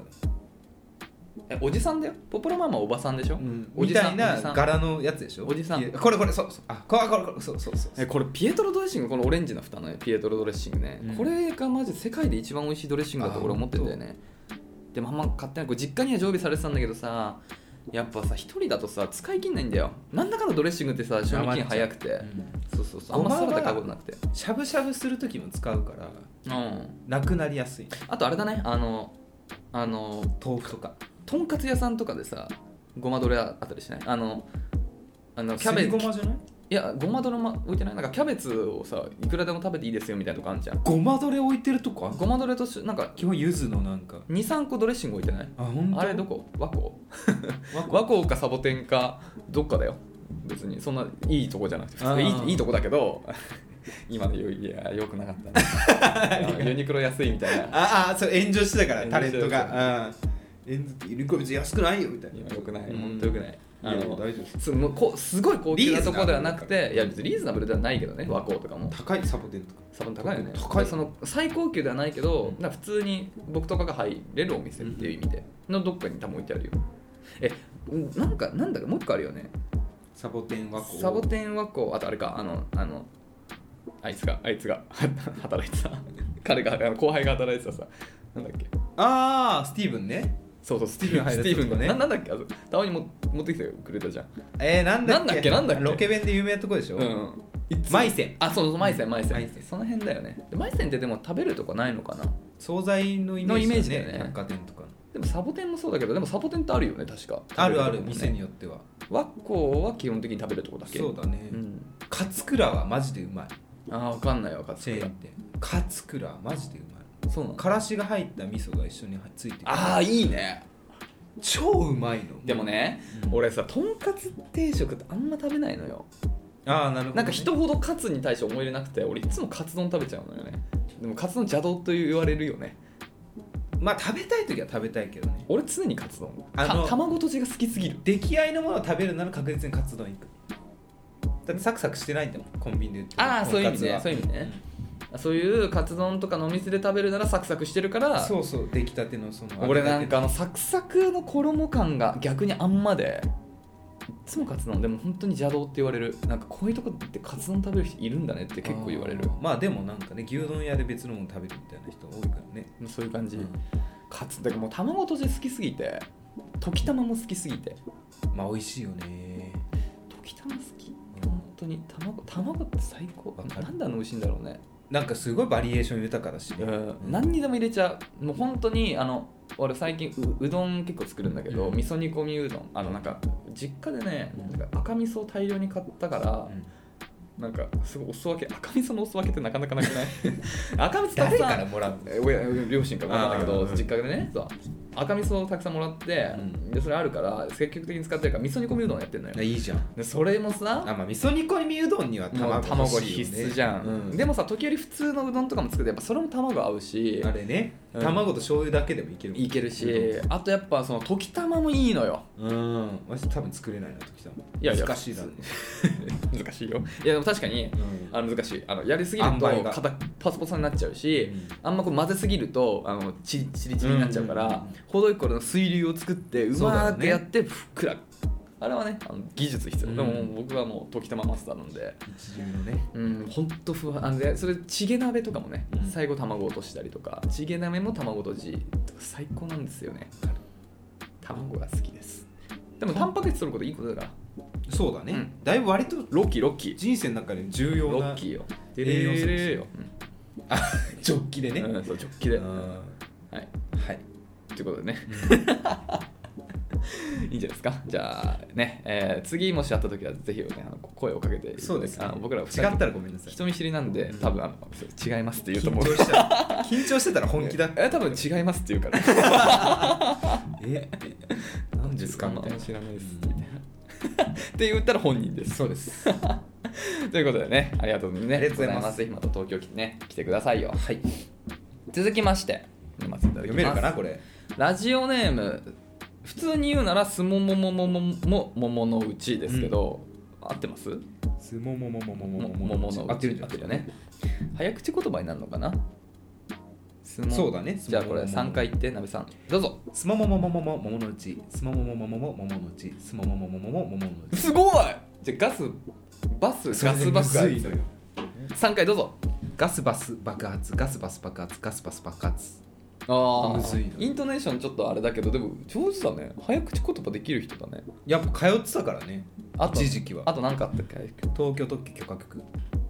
S2: えおじさんだよポポロママはおばさんでしょ、お
S1: み
S2: じさ
S1: た
S2: ん
S1: い
S2: お
S1: な
S2: じさん
S1: 柄のやつでしょ
S2: おじさん
S1: いやこれこれそうそうあこれこれこれそうそうそう
S2: えこれピエトロドレッシングこのオレンジの蓋のねピエトロドレッシングね、
S1: うん
S2: これがマジ世界で一番美味しいドレッシングだと俺思ってんだよねでもあんま買ってないこれ実家には常備されてたんだけどさやっぱさ一人だとさ使い切んないんだよなんだかのドレッシングってさ賞味期限早くて、そうそうそうあんまサラダ買うことなくて
S1: しゃぶしゃぶする時も使うから
S2: うん
S1: なくなりやすい
S2: あとあれだねあのあの
S1: 豆腐とか
S2: とんかつ屋さんとかでさごまどれあったりしないあのあのキャベ
S1: すり
S2: ツ
S1: ごまじゃない
S2: いやごまドラマ置いてないなんかキャベツをさいくらでも食べていいですよみたいなとこあんじゃん
S1: ごまどれ置いてるとこあんの
S2: ごまドレとしなんか
S1: 基本柚子のなんか
S2: 23個ドレッシング置いてない
S1: あ本当
S2: あれどこ和光
S1: 和
S2: 和光かサボテンかどっかだよ別にそんないいとこじゃなくて普通い
S1: あー
S2: いいいとこだけど 今のよいやよくなかった なあのユニクロ安いみたいな
S1: あ あそう炎上してたからタレン
S2: 炎上してた
S1: トがうん炎上ユニコーン別に安くないよみたいな
S2: 今よくない
S1: うん
S2: 本当よくない
S1: いや
S2: あ
S1: 大丈
S2: の
S1: 夫です
S2: すもうこすごい高級なとこではなく
S1: リーズナブルだ
S2: ていや別にリーズナブルではないけどね和光とかも
S1: 高いサボテンとか
S2: サボン高いよね
S1: 高い
S2: でその最高級ではないけど、
S1: うん
S2: なんか普通に僕とかが入れるお店っていう意味でのどっかに多分置いてあるよえうんなんかなんだかもう一個あるよね
S1: サボテン和光
S2: サボテン和光あとあれかあのあのあいつがあいつが 働いてた彼があの後輩が働いてたさなんだっけ
S1: ああスティーブンね
S2: そうそうスティーブン
S1: ス
S2: ス
S1: テ
S2: テ
S1: ィ
S2: ィ
S1: ーブン
S2: ーブン
S1: ね
S2: ねななんだっけあとたまにも持ってきてくれたじゃん
S1: えー、なんだっけ
S2: なんだっけなんだっけ
S1: ロケ弁で有名なとこでしょ、
S2: うん
S1: マイセン
S2: あそうそうマイセンマイセン
S1: マイセン
S2: その辺だよねでマイセンってでも食べるとこないのかな
S1: 惣菜のイメージ,、
S2: のイメージだよね
S1: 百貨店とかの
S2: でもサボテンもそうだけどでもサボテンってあるよね確か
S1: あるある
S2: 食べとこ
S1: 店
S2: ね
S1: によっては
S2: 和光は基本的に食べるとこだけ
S1: そうだね、
S2: ん、
S1: カツクラはマジでうまい
S2: ああ分かんないわかっ
S1: チェーン店カツクラマジでうまい
S2: そうなの
S1: からしが入った味噌が一緒についてる
S2: ああいいね
S1: 超うまいの
S2: でもね、
S1: うん
S2: 俺さとんかつ定食ってあんま食べないのよ
S1: ああなるほどね、
S2: なんか人ほどカツに対して思い入れなくて俺いつもカツ丼食べちゃうのよねでもカツ丼邪道と言われるよね
S1: まあ食べたい時は食べたいけどね
S2: 俺常にカツ丼
S1: あの
S2: た卵とじが好きすぎる
S1: 出来合いのものを食べるなら確実にカツ丼行くだってサクサクしてないんだもんコンビニで売ってる
S2: ああそういう意味
S1: とん
S2: ね
S1: かつ
S2: そう
S1: は
S2: いう意味ね、そういうカツ丼とかのお店で食べるならサクサクしてるから
S1: そうそう出来たてのその
S2: 俺なんか
S1: 揚
S2: あのサクサクの衣感が逆にあんまでいつもカツ丼でも本当に邪道って言われるなんかこういうとこってカツ丼食べる人いるんだねって
S1: げたて
S2: 結構言われる
S1: あーまあでもなんかね牛丼屋で別のもの食べるみたいな人多いからね、
S2: そういう感じ、
S1: うん
S2: カツだからもう卵とじ好きすぎて溶き卵も好きすぎて
S1: まあ美味しいよね
S2: 溶き卵好き本当に卵卵って最高
S1: わかる
S2: なんであの美味しいんだろうね、
S1: なんかすごいバリエーション豊かだしね、
S2: うん何にでも入れちゃうもう本当にあの俺最近ううどん結構作るんだけど、
S1: うん
S2: 味噌煮込みうどんあのなんか実家でね
S1: うん
S2: なんか赤味噌を大量に買ったから、
S1: うん
S2: なんかすごいお裾分け赤味噌のお裾分けってなかなかなくない 赤味噌たく
S1: 誰
S2: さ
S1: か
S2: ん
S1: らもらうの
S2: え親両親からもらったけ
S1: あ
S2: ど
S1: ー
S2: 実家でねそう赤味噌をたくさんもらって、
S1: うん
S2: でそれあるから積極的に使ってるから味噌煮込みうどんやってんのよ
S1: あいいじゃん
S2: でそれも
S1: あ
S2: さ
S1: まあ味噌煮込みうどんには
S2: もう
S1: 卵
S2: 卵
S1: 欲しいよ
S2: 必
S1: ね
S2: 須じゃん、
S1: うん
S2: でもさ時折普通のうどんとかも作ってやっぱそれも卵合うし
S1: あれね、
S2: うん
S1: 卵と醤油だけでもいけるもん
S2: いけるしあとやっぱその溶き卵もいい のよ
S1: うん私多分作れないな時多分
S2: いやいや
S1: 難しいだろうね、
S2: 難しいよいやでも確かにあの難しいあのやりすぎる
S1: 塩
S2: と
S1: 梅が
S2: 硬パサパサになっちゃうし、
S1: うん
S2: あんまこう混ぜすぎるとあのチリチリチリになっちゃうから、
S1: うんうんうん
S2: 程よい頃の水流を作ってう
S1: そうだよね
S2: まーくやってふっくら、あれはねあの技術必要、
S1: うん
S2: でももう僕はもう溶き卵マスターなんで
S1: 一流のね
S2: うんほんと不安あのでそれチゲ鍋とかもね、
S1: うん
S2: 最後卵落としたりとかチゲ鍋も卵とじとか最高なんですよね卵が好きですでもタンパク質取ることいいことだから
S1: そうだね、
S2: うん
S1: だいぶ割と
S2: ロッキーロッキー
S1: 人生の中で重要
S2: ロ
S1: な
S2: ッキーよ
S1: 栄養素ですよ
S2: でよ、
S1: ジョッキで
S2: うん
S1: ね、
S2: うんそう直帰で
S1: うん
S2: ははい
S1: はい
S2: ということでね いいんじゃないですかじゃあね、えー次もし会った時はぜひ、ね、あの声をかけて
S1: そうですね
S2: あの僕ら
S1: 違
S2: は
S1: ったらごめんなさい
S2: 人見知りなんで多分あの違いますって言うと
S1: 緊
S2: 思う
S1: 張したら緊張してたら本気だ
S2: え多分違いますって言 うから
S1: え何ですかみたいな
S2: 知らないですみたいなって言ったら本人ですそうです ということでねありがとうございます,、ね、
S1: ありがとうございます
S2: ぜひまた東京来て,、ね、来てくださいよ
S1: はい
S2: 続きまして読ませていただき
S1: 読
S2: ます
S1: めるかなこれ
S2: ラジオネーム普通に言うならすもももももももものうちですけど、合ってます
S1: すもももももも
S2: も
S1: も
S2: もものうち
S1: 合ってるんじゃ
S2: 合
S1: ん
S2: ってるよね早口言葉になるのかなすも
S1: そうだね
S2: じゃあこれ
S1: すもももも
S2: 3回言ってなべさんどうぞ
S1: すもももももももものうちすもももももももものうちすもももももももものうち
S2: すごいじゃあガスバスガスバス
S1: それむずいのよ
S2: 3回どうぞ
S1: ガスバス爆発ガスバス爆発ガスバス爆発
S2: あ
S1: むずいな
S2: イントネーションちょっとあれだけどでも上手だね早口言葉できる人だね
S1: やっぱ通ってたからね
S2: あと
S1: 一時期は
S2: あと何かあったっけ
S1: 東京特許許可局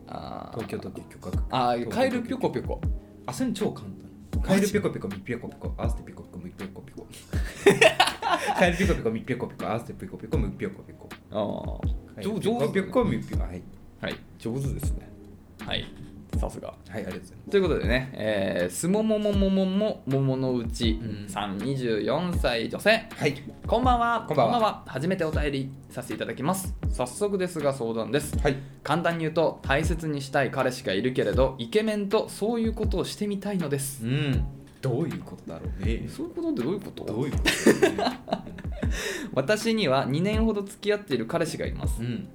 S2: あー
S1: 東京特許許可局
S2: あーカエルピョコピョコ
S1: あそれ超簡単カエルピョコピョコミピョコピョコアーステピョコピョコミピョコピョ コカエルピョコピョコミピョコピョコアーステピョコピョコミピョコピョコ
S2: あー上上手
S1: はいピョッコミピョはい
S2: はい上手ですねはいさすが
S1: はいありがとうございます
S2: ということでね、えー、すもももももももものうちさん24歳女性
S1: はい
S2: こんばんは
S1: こんばんは
S2: 初めてお便りさせていただきます早速ですが相談です
S1: はい
S2: 簡単に言うと大切にしたい彼氏がいるけれどイケメンとそういうことをしてみたいのです
S1: うんどういうことだろうね
S2: そういうことってどういうこと
S1: どういうことだろうね
S2: 私には2年ほど付き合っている彼氏がいます
S1: うん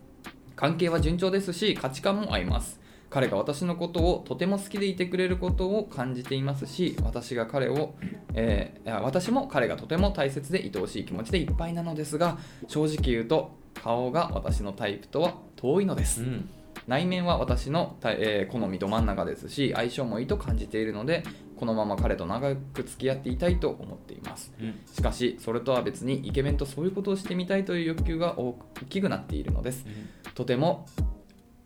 S2: 関係は順調ですし価値観も合います彼が私のことをとても好きでいてくれることを感じていますし私が彼を、えーいや私も彼がとても大切で愛おしい気持ちでいっぱいなのですが正直言うと顔が私のタイプとは遠いのです、
S1: うん
S2: 内面は私のた、えー好みど真ん中ですし相性もいいと感じているのでこのまま彼と長く付き合っていたいと思っています
S1: うん
S2: しかしそれとは別にイケメンとそういうことをしてみたいという欲求が大きくなっているのですとても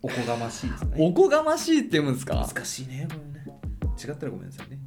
S1: おこがましいですね
S2: おこがましいって言うんですか
S1: 難しいねこれね違ったらごめんなさいね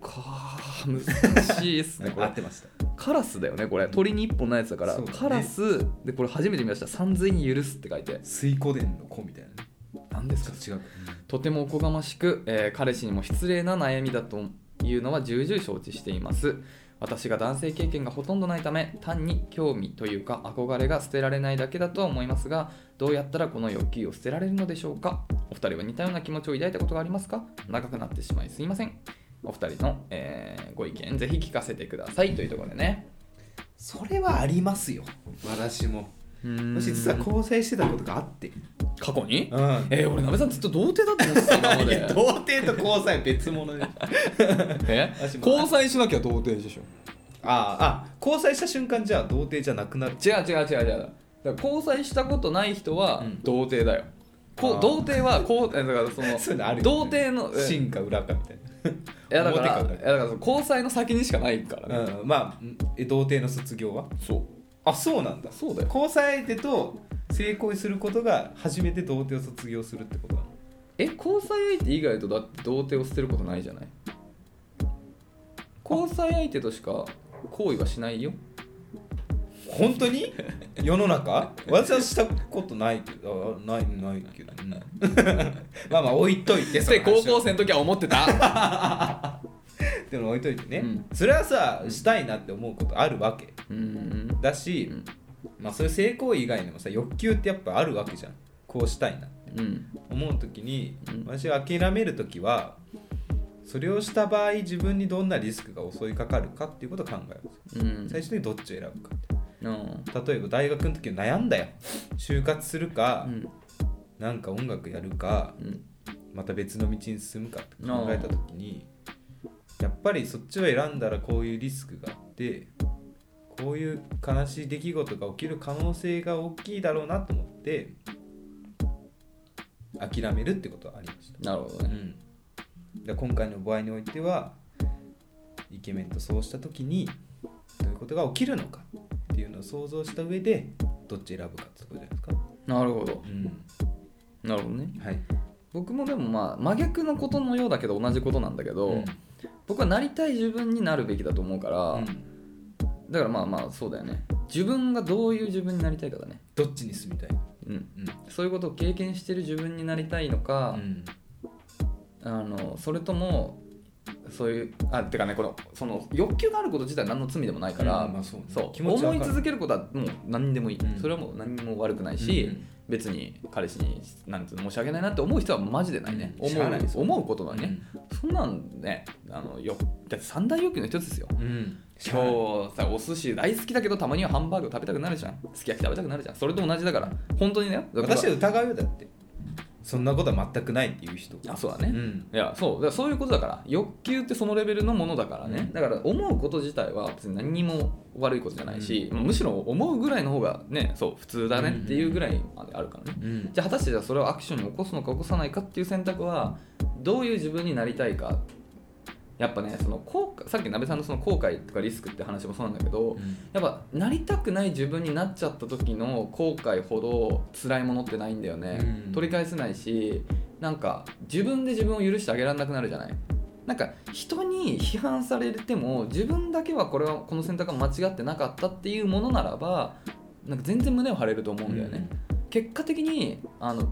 S2: か難しいっすねこ
S1: 合
S2: れ
S1: ってました
S2: カラスだよねこれ鳥に一本のやつだから
S1: そうだね
S2: カラスでこれ初めて見ました「さんずいに許す」って書いて
S1: 水湖伝の子みたいなね
S2: 何です
S1: ち
S2: か
S1: ょっと違う
S2: とてもおこがましく、えー彼氏にも失礼な悩みだというのは重々承知しています私が男性経験がほとんどないため単に興味というか憧れが捨てられないだけだとは思いますがどうやったらこの欲求を捨てられるのでしょうかお二人は似たような気持ちを抱いたことがありますか長くなってしまいすいませんお二人の、えーご意見ぜひ聞かせてくださいというところでね
S1: それはありますよ私も私
S2: 私
S1: 実は交際してたことがあって
S2: 過去に
S1: うん
S2: えー、俺鍋さんずっと童貞だったんですよ今 まで
S1: 童貞と交際は別物で あ
S2: え
S1: 私も
S2: 交際しなきゃ童貞でしょ
S1: ああ交際した瞬間じゃあ童貞じゃなくなる
S2: 違う違う違う違うだから交際したことない人は
S1: うん
S2: 童貞だよ、こ
S1: あ
S2: う
S1: ー
S2: 童貞はこうえだから その
S1: そういうのあるよね
S2: 童貞のえい
S1: 真か裏かみ たい
S2: やだからい
S1: 表か
S2: やだからその交際の先にしかないからね、
S1: な、うん、まあんえ童貞の卒業は
S2: そう
S1: あそうなんだ
S2: そうだよ
S1: 交際相手と性行為することが初めて童貞を卒業するってことなの
S2: え交際相手以外とだって童貞を捨てることないじゃない交際相手としか行為はしないよ
S1: 本当に世の中私はしたことないけどあないないけ ど、うんまあまあ置いといて
S2: で
S1: その
S2: 高
S1: 話は
S2: 校生の時は思ってた
S1: でも置いといてね、
S2: うん
S1: それはさしたいなって思うことあるわけ
S2: うん
S1: だし、
S2: うん
S1: まあそういう性行為以外にもさ欲求ってやっぱあるわけじゃんこうしたいなって
S2: うん
S1: 思う時に、
S2: うん
S1: 私は諦める時はそれをした場合自分にどんなリスクが襲いかかるかっていうことを考える、
S2: うん
S1: 最終的にどっちを選ぶか
S2: うん
S1: 例えば大学の時は悩んだよ就活するか、
S2: うん
S1: なんか音楽やるか
S2: うん
S1: また別の道に進むかって考えた時にやっぱりそっちを選んだらこういうリスクがあってこういう悲しい出来事が起きる可能性が大きいだろうなと思って諦めるってことはありました、
S2: なるほど
S1: う
S2: ね
S1: ん、で今回の場合においてはイケメンとそうした時にどういうことが起きるのかっていうのを想像した上でどっち選ぶかってことじゃないですか、
S2: なるほど
S1: うん
S2: なるほどね
S1: はい
S2: 僕もでもまあ真逆のことのようだけど同じことなんだけど、僕はなりたい自分になるべきだと思うから、
S1: うん
S2: だからまあまあそうだよね自分がどういう自分になりたいかだね
S1: どっちに住みたい、
S2: うん
S1: うん
S2: そういうことを経験してる自分になりたいのか、あのそれともそういうあてかねこのその欲求があること自体何の罪でもないか、
S1: からら、まあそうね
S2: そう
S1: 気持ちは
S2: 思
S1: わ
S2: い
S1: かる
S2: 続けることはもう何でもいい、
S1: うん
S2: それはもう何も悪くないし、別に彼氏になんていうの申し訳ないなって思う人はマジでないね、
S1: うんし
S2: 思
S1: ゃあないで
S2: う
S1: す
S2: 思うこと
S1: う
S2: だ
S1: ん
S2: ね、そんなんねあのよだって三大欲求の一つですよ
S1: うん、うん
S2: 今日さお寿司大好きだけどたまにはハンバーグ食べたくなるじゃんすき焼き食べたくなるじゃんそれと同じだから本当にね
S1: 私は
S2: は
S1: 疑うよだってそんなことは全くないっていう人
S2: あそうだね、
S1: ん
S2: いやそうだからそういうことだから欲求ってそのレベルのものだからね、
S1: うん
S2: だから思うこと自体は別に何にも悪いことじゃないし、むしろ思うぐらいの方がねそう普通だねっていうぐらいまであるからね、
S1: うん
S2: じゃあ果たしてじゃあそれをアクションに起こすのか起こさないかっていう選択はどういう自分になりたいかやっぱねその後悔さっき鍋さんのその後悔とかリスクって話もそうなんだけどやっぱなりたくない自分になっちゃった時の後悔ほど辛いものってないんだよね、
S1: うん
S2: 取り返せないしなんか自分で自分を許してあげられなくなるじゃないなんか人に批判されても自分だけはこれはこの選択は間違ってなかったっていうものならばなんか全然胸を張れると思うんだよね、結果的にあの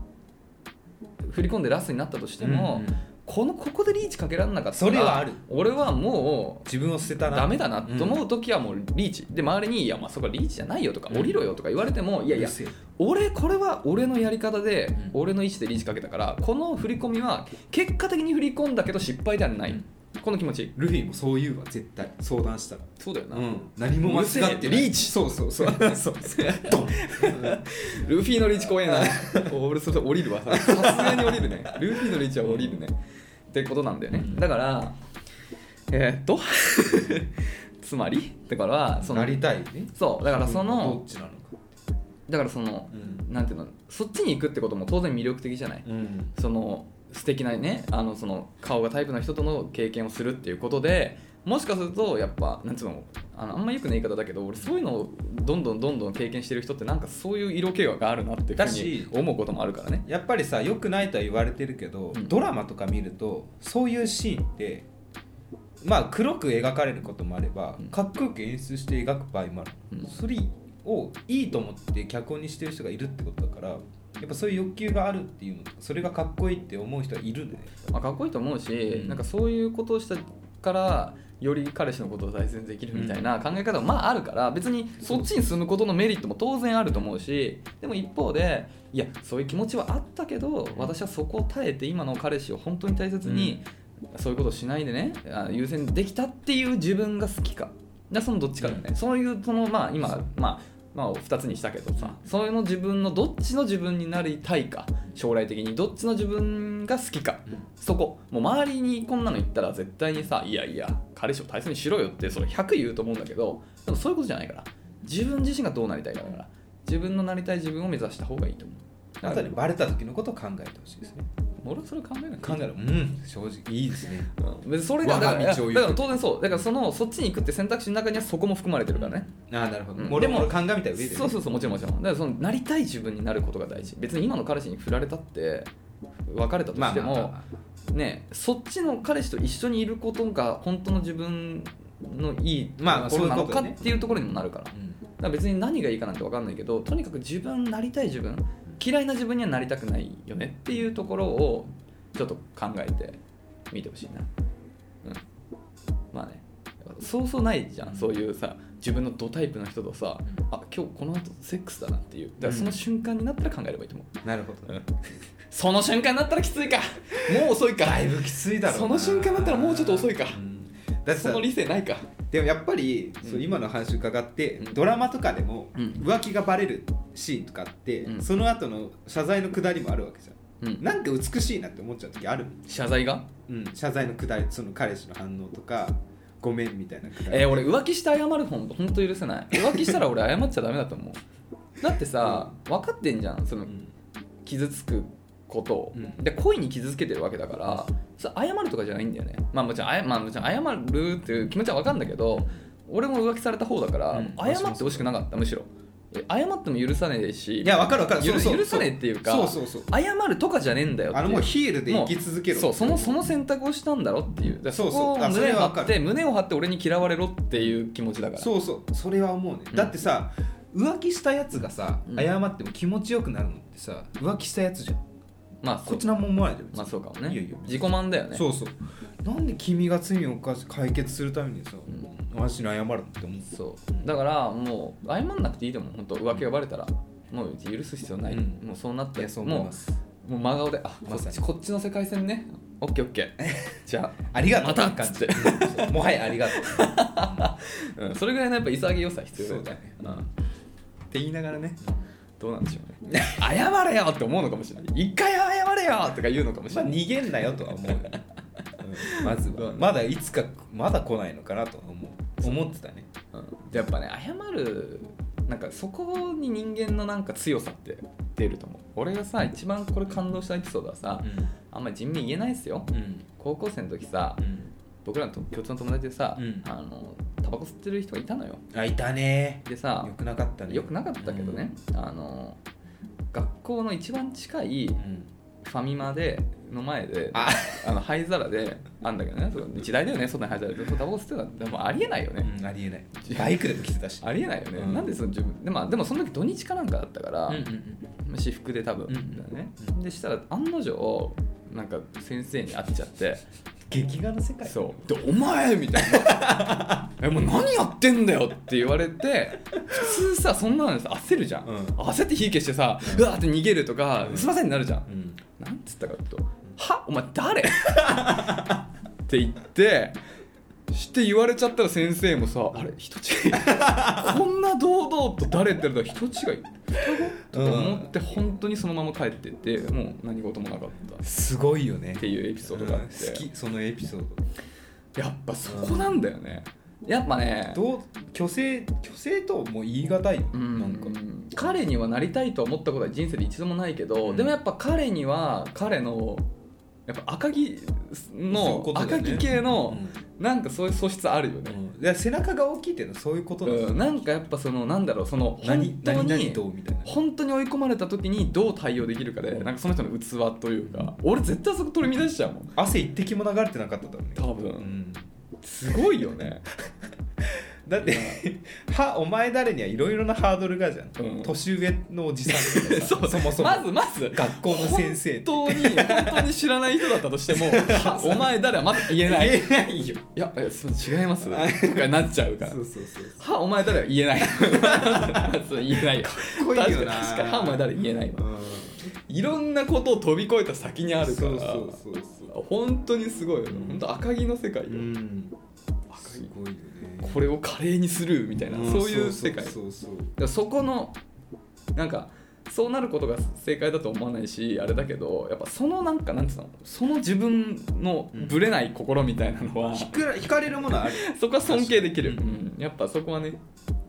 S2: 振り込んでラスになったとしても、
S1: うんうん
S2: このここでリーチかけられなかった
S1: それはある
S2: 俺はもう
S1: 自分を捨てたな
S2: ダメだなと思う時はもうリーチ、で周りに「いやまあそこはリーチじゃないよ」とか
S1: う
S2: 「
S1: ん
S2: 降りろよ」とか言われても「いやいうや
S1: るせえ
S2: 俺これは俺のやり方で、
S1: うん
S2: 俺の意思でリーチかけたからこの振り込みは結果的に振り込んだけど失敗ではない」
S1: うん
S2: この気持ち
S1: ルフィもそう言うわ絶対相談したら
S2: そうだよな、
S1: うん何も間違って
S2: うるせえ
S1: ない
S2: リーチ
S1: そうそうそう そうドン
S2: ルフィのリーチ怖え な俺それ降りるわさすがに降りるねルフィのリーチは降りるねってことなんだよね、
S1: うん
S2: だからえーっと つまりだからその
S1: なりたいね
S2: そうだからそ
S1: ど
S2: の
S1: っちなのか
S2: だからその
S1: うん
S2: なんていうのそっちに行くってことも当然魅力的じゃない
S1: うん
S2: その素敵なねあのその顔がタイプの人との経験をするっていうことでもしかするとやっぱなんつうのあのあんまよくない言い方だけど俺そういうのをどんどんどんどん経験してる人ってなんかそういう色気があるなっていう
S1: だ
S2: ふう
S1: し
S2: に思うこともあるからね
S1: やっぱりさ良くないとは言われてるけど、
S2: うん
S1: ドラマとか見るとそういうシーンってまあ黒く描かれることもあれば、
S2: うん
S1: かっこよく演出して描く場合もある、
S2: うん
S1: それをいいと思って脚本にしてる人がいるってことだからやっぱそういう欲求があるっていうのとかそれがかっこいいって思う人はいるんだよね
S2: まあ、かっこいいと思うし、
S1: うん
S2: なんかそういうことをしたからより彼氏のことを大切にできるみたいな考え方もまああるから別にそっちに進むことのメリットも当然あると思うしでも一方でいやそういう気持ちはあったけど私はそこを耐えて今の彼氏を本当に大切に、そういうことをしないでねあ優先できたっていう自分が好きかだそのどっちかだよね、そういうそのまあ今まあまあ2つにしたけどさそういうの自分のどっちの自分になりたいか将来的にどっちの自分が好きかそこもう周りにこんなの言ったら絶対にさ「いやいや彼氏を大切にしろよ」ってそれ100言うと思うんだけどでもそういうことじゃないから自分自身がどうなりたいかだから自分のなりたい自分を目指した方がいいと思う
S1: あ
S2: だ
S1: と
S2: か
S1: に
S2: ら
S1: バレた時のことを考えてほしいですね
S2: 俺はそれ考えない
S1: 考えろうん正直いいですね
S2: うん別にそれがだから
S1: 我が道を行く
S2: だから当然そうだからそのそっちに行くって選択肢の中にはそこも含まれてるからね
S1: ああなるほど、
S2: うん
S1: もろもろ
S2: で
S1: 考えた上でね、
S2: そうそうそうもちろんもちろんだからそのなりたい自分になることが大事別に今の彼氏に振られたって別れたと
S1: まあ
S2: して
S1: まあ
S2: も、
S1: まあまあ
S2: ねそっちの彼氏と一緒にいることが本当の自分のいい
S1: まあ
S2: ところなの
S1: そ
S2: か
S1: ういうことだね
S2: っていうところにもなるからだから別に何がいいかなんて分かんないけどとにかく自分なりたい自分嫌いな自分にはなりたくないよねっていうところをちょっと考えてみてほしいな、うん、まあねそうそうないじゃんそういうさ自分のドタイプの人とさ
S1: うん
S2: あ今日この後セックスだなっていうだからその瞬間になったら考えればいいと思う、
S1: うんなるほど、
S2: うんその瞬間になったらきついかもう遅いか
S1: だいぶきついだろうな
S2: その瞬間だったらもうちょっと遅いか
S1: うんだってさ
S2: 理性ないか
S1: でもやっぱり、そう
S2: うん
S1: 今の話伺って、
S2: うん
S1: ドラマとかでも
S2: うん
S1: 浮気がバレるシーンとかあって、
S2: うん
S1: その後の謝罪のくだりもあるわけじゃん、
S2: うん
S1: なんか美しいなって思っちゃう時ある、
S2: 謝罪が
S1: うん、謝罪のくだりその彼氏の反応とかごめんみたいなくだり、
S2: えー、俺浮気して謝る本本当許せない浮気したら俺謝っちゃダメだと思うだってさ分かってんじゃんその
S1: うん
S2: 傷つくことを、
S1: うん
S2: で恋に傷つけてるわけだからそれ謝るとかじゃないんだよねまあもちろんあや、まあ、もちろん謝るっていう気持ちは分かるんだけど俺も浮気された方だから、
S1: うん
S2: 謝ってほしくなかったむしろえ謝っても許さねえし
S1: いや分かる分かる
S2: 許
S1: そうそう
S2: 許さねえっていうか
S1: そうそうそう
S2: 謝るとかじゃねえんだよって
S1: あ
S2: い
S1: のもうヒールで生き続けろ
S2: そうそのその選択をしたんだろっていうだから
S1: そ
S2: そう
S1: そう
S2: こを
S1: あそれ
S2: 胸を
S1: はわか
S2: 張
S1: る
S2: って胸を張って俺に嫌われろっていう気持ちだから
S1: そうそうそれは思うね、
S2: うん
S1: だってさ浮気したやつがさ
S2: うん
S1: 謝っても気持ちよくなるのってさ浮気したやつじゃん
S2: まあそ
S1: こっ
S2: う
S1: ち何も思わないじゃん別に
S2: まあそうかもね
S1: いやいや
S2: 自己満だよね
S1: そうそうなんで君が罪を犯し解決するためにさ、
S2: う
S1: 私に謝るのって思う
S2: そうだからもう謝んなくていいと思う本当浮気がバレたらもう許す必要ない、
S1: うん
S2: もうそうなって
S1: いやそう思います
S2: もうもう真顔であこ
S1: まさ
S2: っ
S1: に
S2: ちこっちの世界線ねオッケーオ ッケーじゃ
S1: ありがとう
S2: また
S1: って感じうんもはやありがとう
S2: あ、うん、それぐらいのやっぱ潔さ必要だよ
S1: そうだね
S2: うん、
S1: って言いながらね
S2: どうなんでしょうね謝れよって思うのかもしれない一回謝れよとか言うのかもし
S1: ま
S2: れ
S1: あ
S2: ない
S1: 逃げんなよとは思うよ、うんまず
S2: そうだ
S1: は
S2: ね
S1: まだいつかまだ来ないのかなとは思う思ってたね
S2: うん、やっぱね謝るなんかそこに人間のなんか強さって出ると思う俺がさ一番これ感動したエピソードはさ、あんまり人名言えないですよ
S1: うん
S2: 高校生の時さ僕らのと共通の友達でさ、
S1: うん
S2: あのタバコ吸ってる人がいたのよ
S1: あいたね
S2: でさ
S1: よくなかったね
S2: よくなかったけどね、あの学校の一番近い
S1: うん、うん
S2: ファミマでの前で
S1: あ
S2: あの灰皿であんだけどねその時代だよねそんな灰皿でタバコ吸ってたでもありえないよね、
S1: うんありえないバイクでも来てたし
S2: ありえないよね、
S1: うん
S2: なんでその自分で,、まあ、でもその時土日かなんかだったから、
S1: うん
S2: 私服で多分、
S1: うん
S2: だね
S1: うん
S2: でしたら案の定なんか先生に会っちゃって
S1: 劇画の世界
S2: そうで「お前!」みたいな 「えもう何やってんだよ!」って言われて普通さそんなのさ焦るじゃん、
S1: うん
S2: 焦って火消してさうわーって逃げるとか「
S1: うん
S2: すいません」になるじゃん、
S1: うん
S2: なんつったかと「はお前誰? 」って言ってして言われちゃったら先生もさ「あれ人違いこんな堂々と誰?」って言われたら人違いとか思って本当にそのまま帰ってってもう何事もなかったっ
S1: すごいよね
S2: ていうエピソードがあって、
S1: うん好きそのエピソー
S2: やっぱそこなんだよね、やっぱね
S1: ドどう虚勢虚勢とも言い難いよ、
S2: うん
S1: なんか
S2: 彼にはなりたいとは思ったことは人生で一度もないけど、
S1: うん
S2: でもやっぱ彼には彼のやっぱ赤木
S1: そういう
S2: の、
S1: ことだよ
S2: 赤
S1: ね
S2: 木系の
S1: うん
S2: なんかそういう素質あるよね、
S1: うんいや背中が大きいっていうのはそういうことだよ、
S2: うん、なんかやっぱそのなんだろうその
S1: 何
S2: 本当
S1: 何
S2: に
S1: 々とみたいな
S2: 本当に追い込まれた時にどう対応できるかでなんかその人の器というか俺絶対そこ取り乱しちゃうもん
S1: 汗一滴も流れてなかっただろうね
S2: 多
S1: う
S2: 分
S1: ん
S2: すごいよね
S1: だって 「はお前誰?」にはいろいろなハードルがあるじゃん、
S2: うん
S1: 年上のおじさんとかさ
S2: そう
S1: そもそも
S2: まずまず
S1: 学校の先生って
S2: 本当に本当に知らない人だったとしてもは お前誰はまだ言えないい
S1: 言えないよ
S2: やいやすいません違いますとかなっちゃうから
S1: そうそうそう
S2: はお前誰は言えないそう言えない か
S1: っこいいよな
S2: 確かに確かにはお前誰言えないわ
S1: うん
S2: いろんなことを飛び越えた先にあるか
S1: そ
S2: ら
S1: うそうそうそう
S2: 本当にすごいよね、
S1: うん
S2: 本当赤木の世界よ、
S1: うん
S2: 赤
S1: す
S2: 木
S1: ごいよね
S2: これを華麗にスルーみたいな、
S1: ん
S2: そういう世界だか
S1: そうそうそう
S2: らそこのなんかそうなることが正解だと思わないしあれだけどやっぱそのなんかなんつうのその自分のぶれない心みたいなのは、
S1: 引く引かれるものある
S2: そこは尊敬できる、
S1: 確かに
S2: うんやっぱそこはね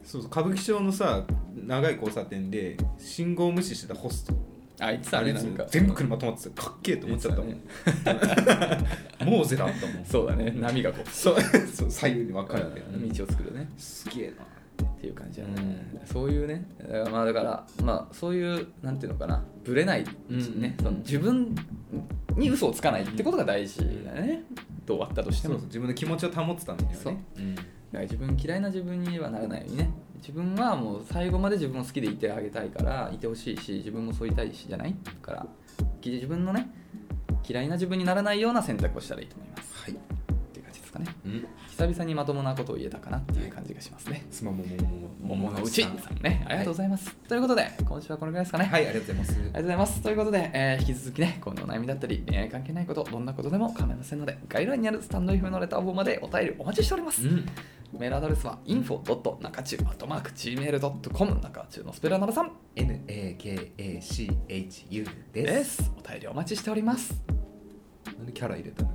S1: そうそう歌舞伎町のさ長い交差点で信号無視してたホスト
S2: あいつあれなんか
S1: 全部車止まってたかっけえと思っちゃったもん、
S2: いつ
S1: モーゼだったもん
S2: そうだね波がこう
S1: そうそう 左右に分かれて、
S2: 道を作るね
S1: すげえな
S2: っていう感じだね、そういうねだからまあだからまあそういうなんていうのかなぶれない、ね
S1: うん
S2: その自分に嘘をつかないってことが大事だね、どうあったとして
S1: そう
S2: も
S1: そう自分の気持ちを保ってたんだよね
S2: そう
S1: うん
S2: だから自分嫌いな自分にはならないようにね自分はもう最後まで自分を好きでいてあげたいからいてほしいし自分もそういたいしじゃないからき自分のね嫌いな自分にならないような選択をしたらいいと思います
S1: はい、
S2: っていう感じですかね久々にまともなことを言えたかなっていう感じがしますね、
S1: すまもももも
S2: 桃の内さんねありがとうございます、ということで今週はこのぐらいですかね
S1: はいありがとうございま
S2: ありがとうございます。ということで、えー引き続きね、このお悩みだったり、えー関係ないこと、どんなことでも構いませんので、概要欄にあるスタンド F のレターフォームまでお便りお待ちしております
S1: す、。ん、
S2: メールアドレスは info.nakachu.gmail.com 中中のスペラナバさん
S1: NAKACHU です
S2: です。お便りお待ちしております。
S1: なんでキャラ入れたの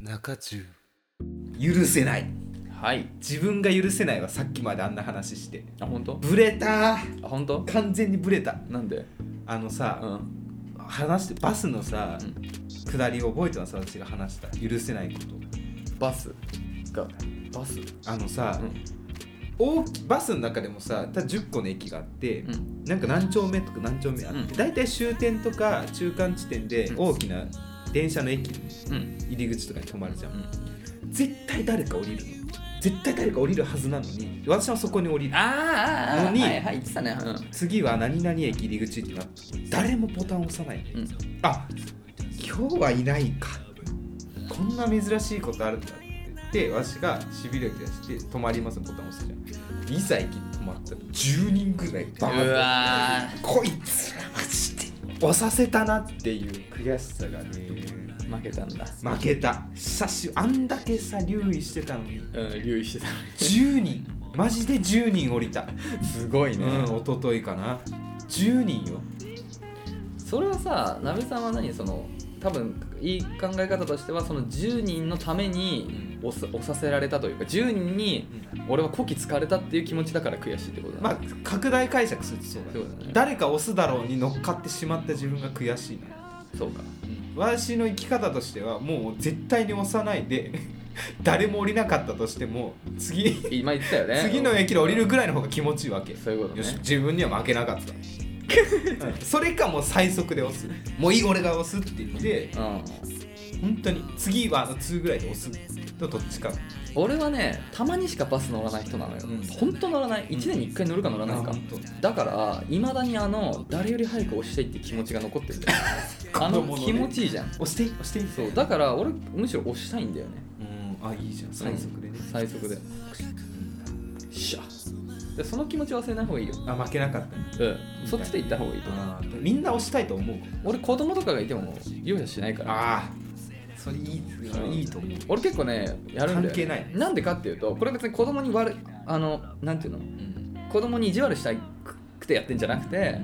S1: 中中許せない
S2: はい。
S1: 自分が許せないはさっきまであんな話して
S2: あ、本当
S1: ブレた
S2: あ、本当
S1: 完全にブレた
S2: なんで
S1: あのさ、
S2: うん。
S1: 話してバスのさ、
S2: うん
S1: 下りを覚えてます私が話した許せないこ
S2: バスが、バス
S1: とあのさ、
S2: うん
S1: 大きバスの中でもさただ10個の駅があって、
S2: うん。
S1: なんか何丁目とか何丁目あって、
S2: うん
S1: 大体終点とか中間地点で
S2: うん
S1: 大きな電車の駅
S2: うん。
S1: 入り口とかに止まるじゃん、絶対誰か降りるの絶対誰か降りるはずなのに私はそこに降りる
S2: あーあー、
S1: のに
S2: はいはい、言ってたね。
S1: 次は何々駅入り口ってなって誰もボタンを押さないの、
S2: うん。うん
S1: あ今日はいないかこんな珍しいことあるんだって言って私がしびれを切らして止まりますボタン押すじゃんいざ駅止まったら10人ぐらいバーンって
S2: うわー
S1: こいつらマジで押させたなっていう悔しさがね
S2: 負けたんだ。
S1: 負けた久しぶりあんだけさ留意してたのに
S2: うん、留意してたのに
S1: 10人マジで10人降りた
S2: すごいね。
S1: うん一昨日かな10人よ
S2: それはさなべさんは何その多分いい考え方としてはその10人のために押す押させられたというか10人に俺はこき使われたっていう気持ちだから悔しいってことだ、ね、
S1: まあ拡大解釈するとそうだ
S2: そ
S1: ね
S2: うだね
S1: 誰か押すだろうに乗っかってしまった自分が悔しいな
S2: そうか
S1: 私の生き方としてはもう絶対に押さないで 誰も降りなかったとしても次
S2: 今言ってたよね
S1: 次の駅で降りるぐらいの方が気持ちいいわけ
S2: そういうこと
S1: よし
S2: ね
S1: 自分には負けなか った、うんそれかもう最速で押すもういい俺が押すって言って
S2: うん
S1: 本当に次はあの2ぐらいで押すとどっちか
S2: 俺はねたまにしかバス乗らない人なのよ、
S1: うん
S2: 本当乗らない1年に1回乗るか乗らないか、
S1: 本当
S2: だからいまだにあの誰より早く押したいって気持ちが残ってるんだよあ
S1: 子供
S2: の
S1: のね
S2: 気持ちいいじゃん
S1: 押していい押していい
S2: そうだから俺むしろ押したいんだよね
S1: うんあいいじゃん最速でね
S2: 最速でシャッでその気持ち忘れない方がいいよ
S1: あ負けなかったね
S2: うんそっちで行った方がいいと思う
S1: あーみんな押したいと思う
S2: 俺子供とかがいても容赦しないから
S1: ああそれいいそれいいと思う
S2: 俺結構ねやるんだよね
S1: 関係ない
S2: なんでかっていうとこれ別に子供に悪いあのなんていうの子供に意地悪したくてやってんじゃなくて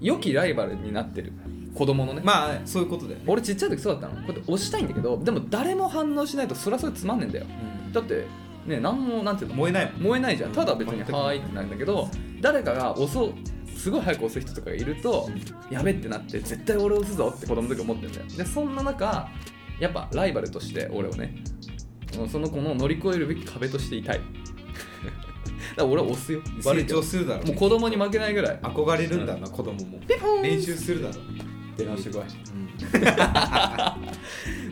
S2: 良きライバルになってる子供のね、
S1: まあそういうことだよね
S2: 俺ちっちゃい時そうだったのこうやって押したいんだけどでも誰も反応しないとそりゃそれつまんねえんだよだってね何もなんていうの
S1: 燃えないもん
S2: 燃えないじゃんただ別に「
S1: 全く
S2: はーい」ってなるんだけど誰かが押そうすごい早く押す人とかがいるとやべってなって絶対俺押すぞって子供の時思ってんだよでそんな中やっぱライバルとして俺をねうんその子の乗り越えるべき壁としていた いだから俺は押すよ悪
S1: 成
S2: いけど
S1: 長するだろう
S2: もう子供に負けないぐらい
S1: 憧れるんだな子供も練習するだろう
S2: 出直してこい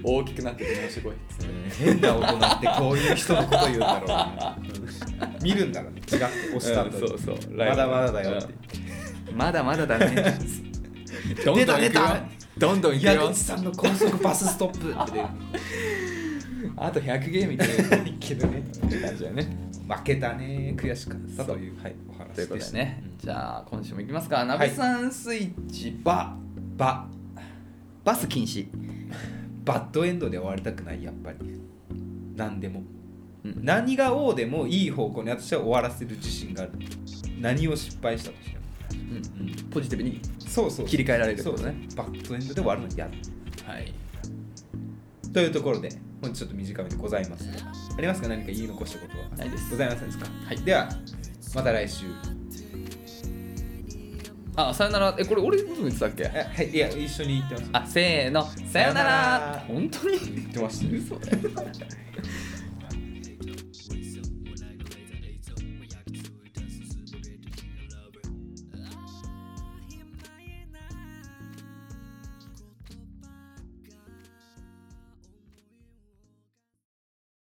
S2: 大きくなって出直してこい
S1: 変な大人ってこういう人のこと言うんだろうなうん見るんだろうね違って押したんだろ
S2: うんそうそう
S1: まだまだだよって
S2: まだまだだね どん
S1: 出た
S2: どん行く
S1: 出
S2: よ
S1: た
S2: どんどん行く
S1: 矢
S2: よ
S1: 口さんの高速バスストップって
S2: あと100ゲームいける
S1: 出るけどね
S2: って感じだよね
S1: 負けたね悔しかったというはいお話
S2: ということ
S1: で
S2: で
S1: した
S2: ね、
S1: うん
S2: じゃあ今週もいきますかなべさんスイッチバババス禁止
S1: バッドエンドで終わりたくないやっぱり何でも、
S2: うん
S1: 何が王でもいい方向に私は終わらせる自信がある何を失敗したとしても、
S2: うんポジティブに
S1: そうそう
S2: 切り替えられるって
S1: そ
S2: こ
S1: う
S2: と
S1: ね
S2: ね
S1: バッドエンドで終わるの嫌だ
S2: はい
S1: というところで本日ちょっと短めでございますありますか何か言い残したことは
S2: ないです
S1: ございませんですか、
S2: はい
S1: ではまた来週
S2: あさよならえこれ俺いつも言ってたっけ
S1: えはいいや一緒に行ってます
S2: あせーのさよな
S1: さよな
S2: ら
S1: ら
S2: 本当に
S1: 言ってましたよ
S2: 嘘だよ